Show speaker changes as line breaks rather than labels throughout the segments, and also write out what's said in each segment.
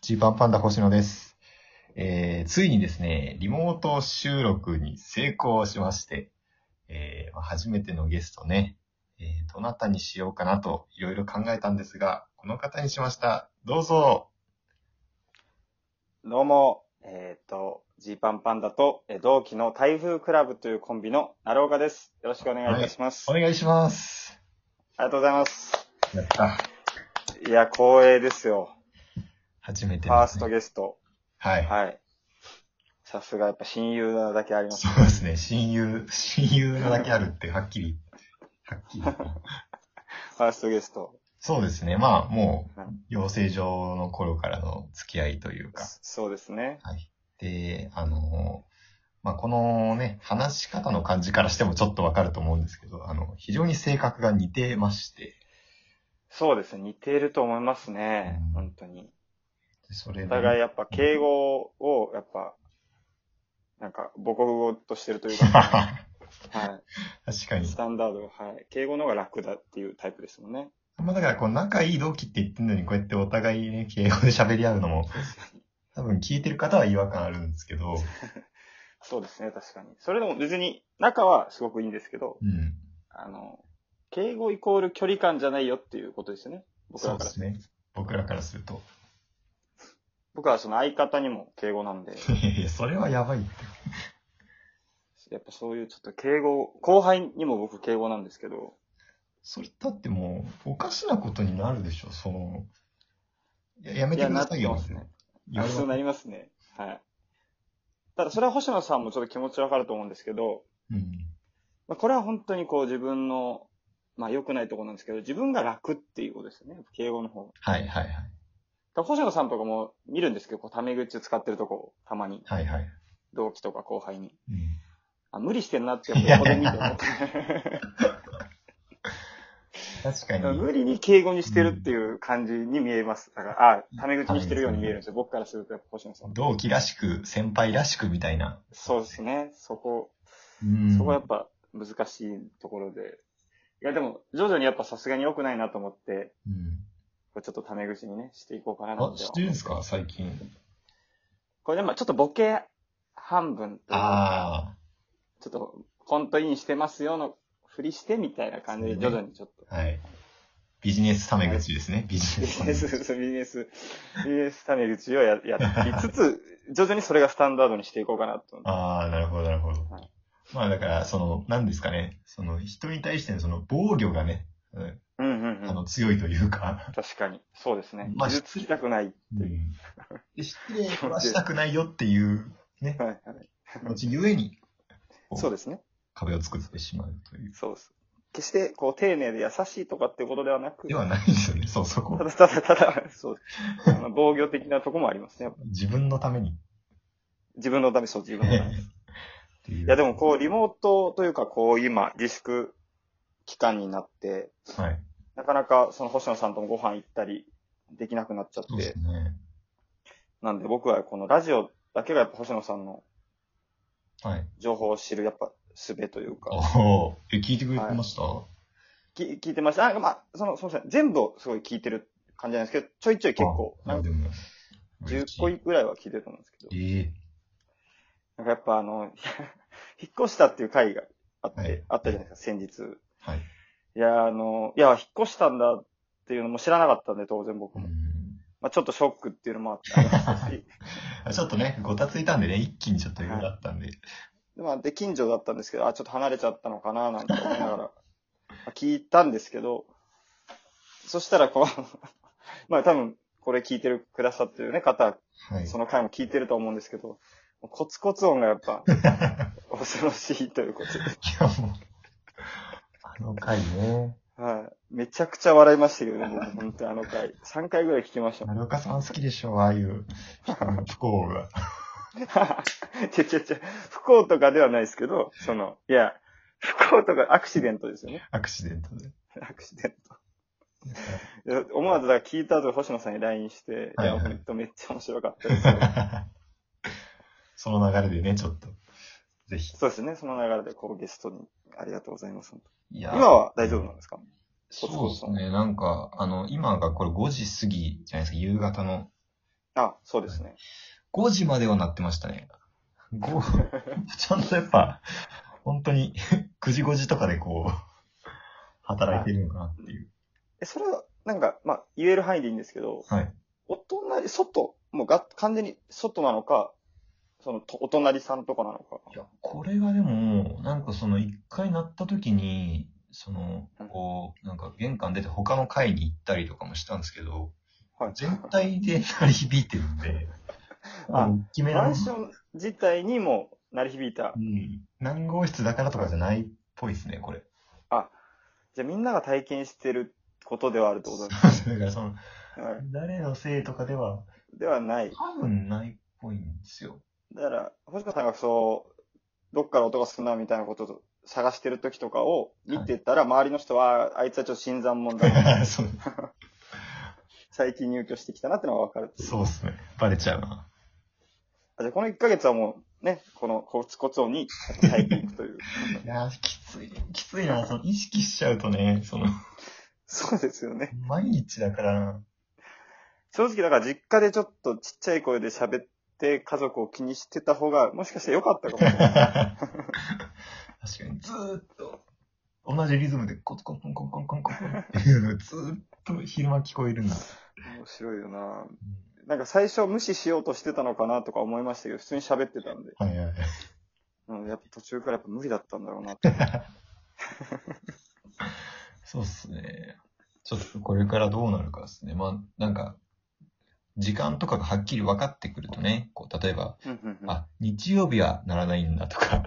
ジーパンパンダ星野です。えー、ついにですね、リモート収録に成功しまして、えーまあ初めてのゲストね、えーどなたにしようかなといろいろ考えたんですが、この方にしました。どうぞ
どうも、えっ、と、ジーパンパンダとえー同期の台風クラブというコンビのなろうがです。よろしくお願いいたします。
お願いします。
ありがとうございます。
やった。
いや、光栄ですよ。
初めて、
ファーストゲスト。
はい。
はい。さすがやっぱ親友なだけあります。
そうですね、親友、親友なだけあるってはっきり、はっきり。
ファーストゲスト。
そうですね、まあもう、養成所の頃からの付き合いというか。
そうですね。
はい。で、あの、まあ、このね、話し方の感じからしてもちょっとわかると思うんですけど、あの、非常に性格が似てまして、
そうですね。似ていると思いますね
うん。
本当に。
それ
お
で、
互 いやっぱ敬語を、やっぱ、なんか母国語としてるというか、 は
確か
い。
に
ス。タンダード、はい。敬語の方が楽だっていうタイプですもんね。
まあ、だから、こう、仲いい同期って言ってんのに、こうやってお互いね、敬語で喋り合うの も、多分聞いてる方は違和感あるんですけど、
そうですね、確かに。それでも別に、仲はすごくいいんですけど、
うん。
あの、敬語イコール距離感じゃないよっていうことですよね。僕
そ
ら
う
か
で
ら。
すね。僕らからすると。
僕はその相方にも敬語な んで、
いやいや、それはやばいって。
やっぱそういうちょっと敬語、後輩にも僕敬語なんですけど、
それだってもう、おかしなことになるでしょ、その、ややめて
や、
く
な
だ
っ
さ
て
いよ。
ますね。
言われます
そうなりますね。はい。ただそれは星野さんもちょっと気持ちわかると思うんですけど、
うん。
まあ、これは本当にこう自分の、まあ良くないところなんですけど、自分が楽っていうことですよね。敬語の方が。
はいはいはい。
だから星野さんとかも見るんですけど、こうタメ口使ってるとこ、たまに。
はいはい。
同期とか後輩に。
うん、
あ、無理してんなって、横で見て思って。
確かに。
無理に敬語にしてるっていう感じに見えます。だから、あ、タメ口にしてるように見えるんですよ。僕からすると、やっぱ星野さん。
同期らしく、先輩らしくみたいな。
そうですね。そこ、
うん
そこはやっぱ難しいところで。いや、でも、徐々にやっぱさすがに良くないなと思って、
うん。
これちょっとタメ口にね、していこうかな
あ
っ、て。
知ってるんですか最近。
これでも、ちょっとボケ半分というか、
あ
ちょっとコントインしてますよの、ふりしてみたいな感じで、徐々にちょっと。
あ。はい。ビジネスタメ口ですね。ビジネ
ビ
ス
ジ
タ
ネ
メ
ス、
口。
ビジネス、ビジネスタメ口をややっていつつ、徐々にそれがスタンダードにしていこうかなと思って。
ああ、なるほど、なるほど
はい。
まあだから、その、何ですかね。その、人に対してのその防御がね、うん
うんうん
あ
うん。
の、強いというか、
確かに。そうですね。
まあ
傷つきたくない。
うん。で失礼はしたくないよっていう、ね、
はいはい。
気持ちゆえに
そうですね。
壁を作ってしまうという。
そうです。決して、こう、丁寧で優しいとかっていうことではなく、
ではないですよね。そう、そこ
た。だただただ、そう、あの防御的なとこもありますね。
自分のために。
自分のため、そう、自分 のため。い
っていう
や、でも、こう、リモートというか、こう、今、自粛期間になって、
はい。
なかなか、その、星野さんともご飯行ったり、できなくなっちゃっ
そうで
て
す、ね。
なんで僕はこのラジオだけがやっぱ星野さんの
はい。
情報を知るやっぱ術というか、
おーえ、聞いてくれてました、
き聞いてました。あ、まあ、その、すみません。全部をすごい聞いてる感じなんですけど、ちょいちょい結構、
あ
なんか
でも。
10個ぐらいは聞いてると思うんですけど、
ええ
なんかやっぱあの、 引っ越したっていう回があって、
はい
あったじゃないですか、先日。
はい。
いや、あの、いや、引っ越したんだっていうのも知らなかったんで、当然僕
う
も。
ん
まあ、ちょっとショックっていうのもあった し、
あちょっとね、ごたついたんでね、一気にちょっと色だったんで。
でまあ、で、近所だったんですけど、あ、ちょっと離れちゃったのかな、なんて思いながら、 まあ聞いたんですけど、そしたら、こう、 まあ多分、これ聞いてるくださってるね、方は、
はい。
その回も聞いてると思うんですけど、コツコツ音がやっぱ、恐ろしいということで。
いや、もう。あの回ね。
はい。めちゃくちゃ笑いましたけどね、僕本当にあの回。3回ぐらい聞きましたもん。
丸岡さん好きでしょ、ああいう人の不幸が。
ちゃちゃちゃ、不幸とかではないですけど、その、いや、不幸とかアクシデントですよね。
アクシデントで。
アクシデント。いや思わずだから聞いた後、星野さんに LINE して、い
はいは
や、
い
本当めっちゃ面白かった です。
その流れでね、ちょっと。ぜひ。
そうですね、その流れでこうゲストにありがとうございます。
いや
今は大丈夫なんですか
そうですね。なんか、あの、今がこれ5時過ぎじゃないですか、夕方の。
あ、そうですね。
5時まではなってましたね。5 ちゃんとやっぱ、本当に 9時5時とかでこう、働いてるのかなっていう。
え、それは、なんか、まあ、言える範囲でいいんですけど、
はい。
お隣、外、もうが、完全に外なのか、その、とお隣さんとかなのか。
いや、これがでも、なんかその一回鳴った時に、その
うん、
こう、なんか玄関出て他の階に行ったりとかもしたんですけど、
はい。
全体で鳴り響いてるんで、
あ
大きめな
マンション自体にも鳴り響いた
う。ん。何号室だからとかじゃないっぽいですね、これ。
じゃあみんなが体験してることではあるってことで
だからその、
す。は
誰のせいとかでは、
い。ではない。
多分ないっぽいんですよ。
だから、星川さんがそう、どっから音が少ないみたいなことを探してる時とかを見てたら、周りの人は、ああいつはちょっと新参者だな。
そう
最近入居してきたなってのがわかる。
そうですね。バレちゃうな。
あじゃあこの1ヶ月はもう、ね、このコツコツ音に耐えていくという。
いやー、きつい、きついな。その意識しちゃうとね、その、
そうですよね。
毎日だから、
正直だから実家でちょっとちっちゃい声で喋って家族を気にしてた方が、もしかして良かったかもしれない。
確かに、ずーっと、同じリズムでコツコツコンコンコンコンコンっていうのがずーっと昼間聞こえるんだ。
面白いよななんか最初無視しようとしてたのかなとか思いましたけど、普通に喋ってたんで。
はいはいはい。
うん、やっぱ途中からやっぱ無理だったんだろうなって。
そうっすね。ちょっとこれからどうなるかですね。まあ、なんか、時間とかがはっきり分かってくるとね、こう、例えば、
うんうんうん
あ、日曜日はならないんだとか、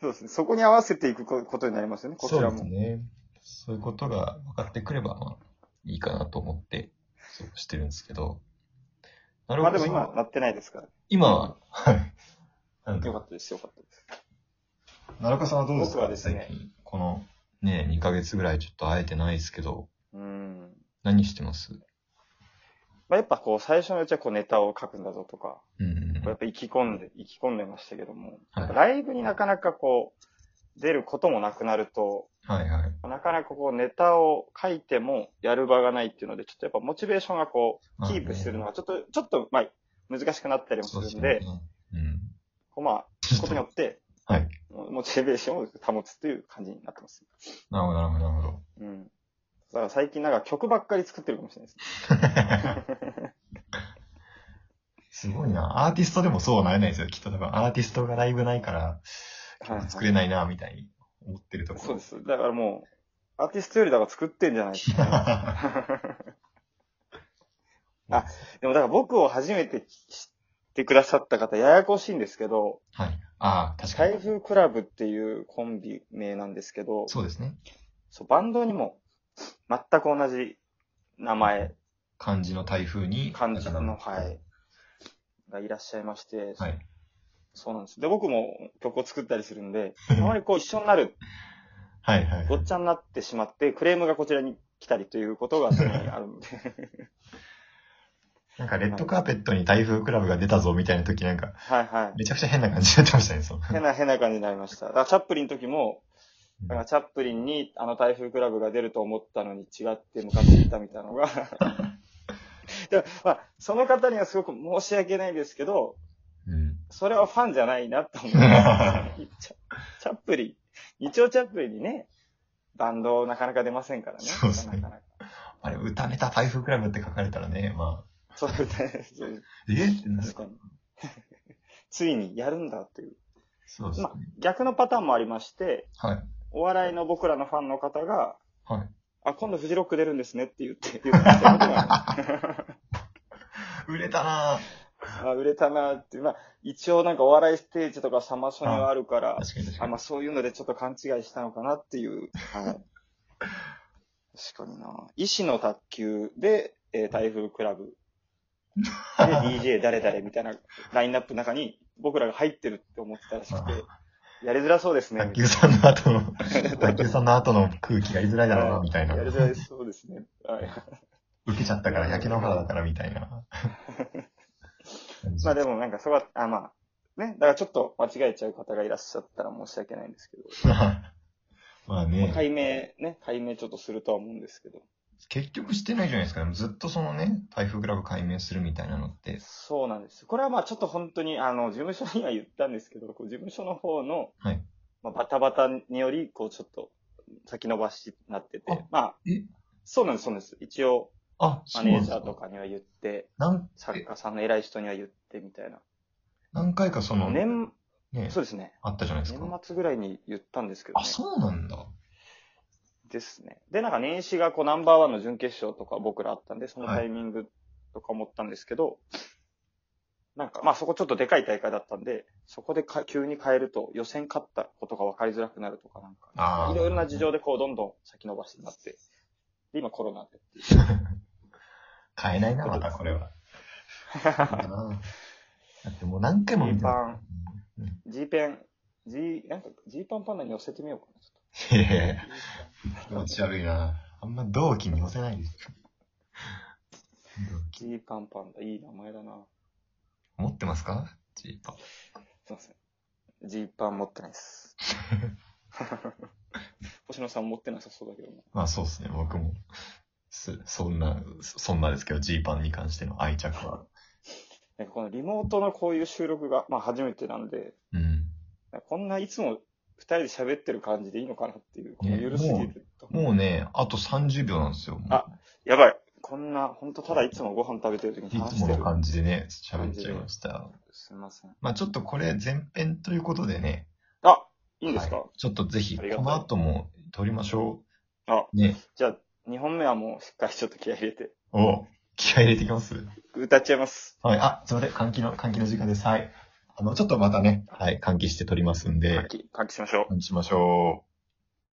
そうですね。そこに合わせていくこことになりますよね、こち
そう
ら
です
も。
ね。そういうことが分かってくれば、まあ、いいかなと思って、そうしてるんですけど。なる
まあ
ほ
で
ど。
も今なってないですから。
今は、はい。なんだ
よかったです、よかったです。
奈良岡さんはどうですか
僕はですね
最近この、ね、2ヶ月ぐらいちょっと会えてないですけど、
うん。
何してます
まあやっぱこう最初のうちはこうネタを書くんだぞとか、
うんうん
こうやっぱ生き込んで、生き込んでましたけども、
はい
やっぱライブになかなかこう、出ることもなくなると、
うん。はいはい。
なかなかこうネタを書いてもやる場がないっていうので、ちょっとやっぱモチベーションがこう、キープするのがちょっと、ちょっと、まあ、難しくなったりもす
そう
る
です
ん
よ
で
ね、。うん。
こうまあ、
ちょっ
こと
と
によって、
はい。
モチベーションを保つという感じになってます。
なるほど、なるほど、なるほど。
うん。だから最近なんか曲ばっかり作ってるかもしれないです。
すごいな。アーティストでもそうはなれないですよ。きっと多分アーティストがライブないから、
はいはい
作れないな、みたいに思ってるところ。
そうです。だからもう、アーティストよりだから作ってんじゃないで すか、 あ、でもだから僕を初めて知ってくださった方、ややこしいんですけど、
はい。ああ、確か
台
に。
風クラブっていうコンビ名なんですけど、
そうですね。
そうバンドにも全く同じ名前、
漢字の台風に。
漢字の、はい、がいらっしゃいまして、
はい。
そうなんです。で、僕も曲を作ったりするんで、あまりこう一緒になる
はいはい。
ごっちゃになってしまって、クレームがこちらに来たりということが常にあるので。
なんかレッドカーペットに台風クラブが出たぞみたいな時なんか、
はいはい。
めちゃくちゃ変な感じになってましたね、そう。
変な変な感じになりました。だからチャップリンの時も、だからチャップリンにあの台風クラブが出ると思ったのに違って向かっていったみたいなのが。でもまあ、その方にはすごく申し訳ないですけど、
うん。
それはファンじゃないな と思います。チャチャップリン、日曜チャップリンにね、バンドなかなか出ませんからね。
そうですね
なかなか
あれ、歌ネタ台風クラブって書かれたらね、まあ、
そうですね。
えってなる
確。かに。 ついにやるんだっていう。
そうですね
まあ。、逆のパターンもありまして、
はい。
お笑いの僕らのファンの方が、
はい。
あ、今度フジロック出るんですねって言って、言ってきたことがあ
売れたなぁ。
るあ売れたなって、まあ、一応なんかお笑いステージとかサマソニはあるから、
確かに確か
あ、
に
まあ。そういうのでちょっと勘違いしたのかなっていう。はい。確かにな医師の卓球で、えー台風クラブ。で、DJ 誰々みたいなラインナップの中に僕らが入ってるって思ってたらしくて、やりづらそうですね。
卓球さんの後の、 卓球さんの後の空気やりづらいだろうな、みたいな
や。りづらいそうですね。はい
受けちゃったから、焼け野原だから、みたいな。
まあでもなんかそこは、あ、まあ、ね、だからちょっと間違えちゃう方がいらっしゃったら申し訳ないんですけど、
まあ
まあ
ね。
解明ね、解明ちょっとするとは思うんですけど、
結局してないじゃないですか。でもずっとそのね、台風グラフ解明するみたいなのって。
そうなんです。これはまあちょっと本当に、あの、事務所には言ったんですけど、こう事務所の方の、
はい
まあ、バタバタにより、こうちょっと先延ばしになってて、
あ
まあ
え、
そうなんです、そうなんです。一応、
あ、
マ
そう
ネ
な
ー
んで
ジ
す
ャ
か
ー。とかには言って、
何
作
え
家さんの偉い人には言ってみたいな。
何回かその、ね、
年、そうですね。
あったじゃないです
年
か。
末ぐらいに言ったんですけど
あ、
ね。
そうなんだ。
ですね。で、なんか年始がこうナンバーワンの準決勝とか僕らあったんで、その
はい
タイミングとか思ったんですけど、なんかまあそこちょっとでかい大会だったんで、そこでか急に変えると予選勝ったことが分かりづらくなるとかなんか、
ああ。
いろいろな事情でこうどんどん先延ばしになって、で、今コロナで。
買えないな、またこれは。 だってもう何回も見
G
て
パン
ま、
G ペン、G、なんか G パンパンダに寄せてみようかな、ち
す。いやいやいや、
ょっ
気
と
持ち悪いな。あんま同期に寄せないです。同期
G パンパンダ、いい名前だな。
持ってますかジーパン。
すいません。ジーパン持ってないです。 星野さん持ってなさそうだけどな。
まあそうですね、僕も。すそんな、そそんなですけど、ジーパンに関しての愛着は。
なんかこのリモートのこういう収録が、まあ初めてなんで、
うん。
なんかこんないつも二人で喋ってる感じでいいのかなっていう、この許すぎてると。
もうね、あと30秒なんですよ。もう
あやばい。こんな、ほんとただいつもご飯食べてる時に
い
話
つ
し
も
て
の
る。
感じでね、喋っちゃいました。
すいません。
まあちょっとこれ前編ということでね、
あ、いいんですか、
ちょっとぜひ、
ありが
こ
たい
の後も撮りましょ
あ、
う。ね。
じゃあ二本目はもうしっかりちょっと気合い入れて、
お気合い入れてきます。
歌っちゃいます。
はい。あ、すいません。換気の、換気の時間です。はい。あの、ちょっとまたね、はい、換気して撮りますん
パン
で、
キ、パンキしましょう。
換気しましょう。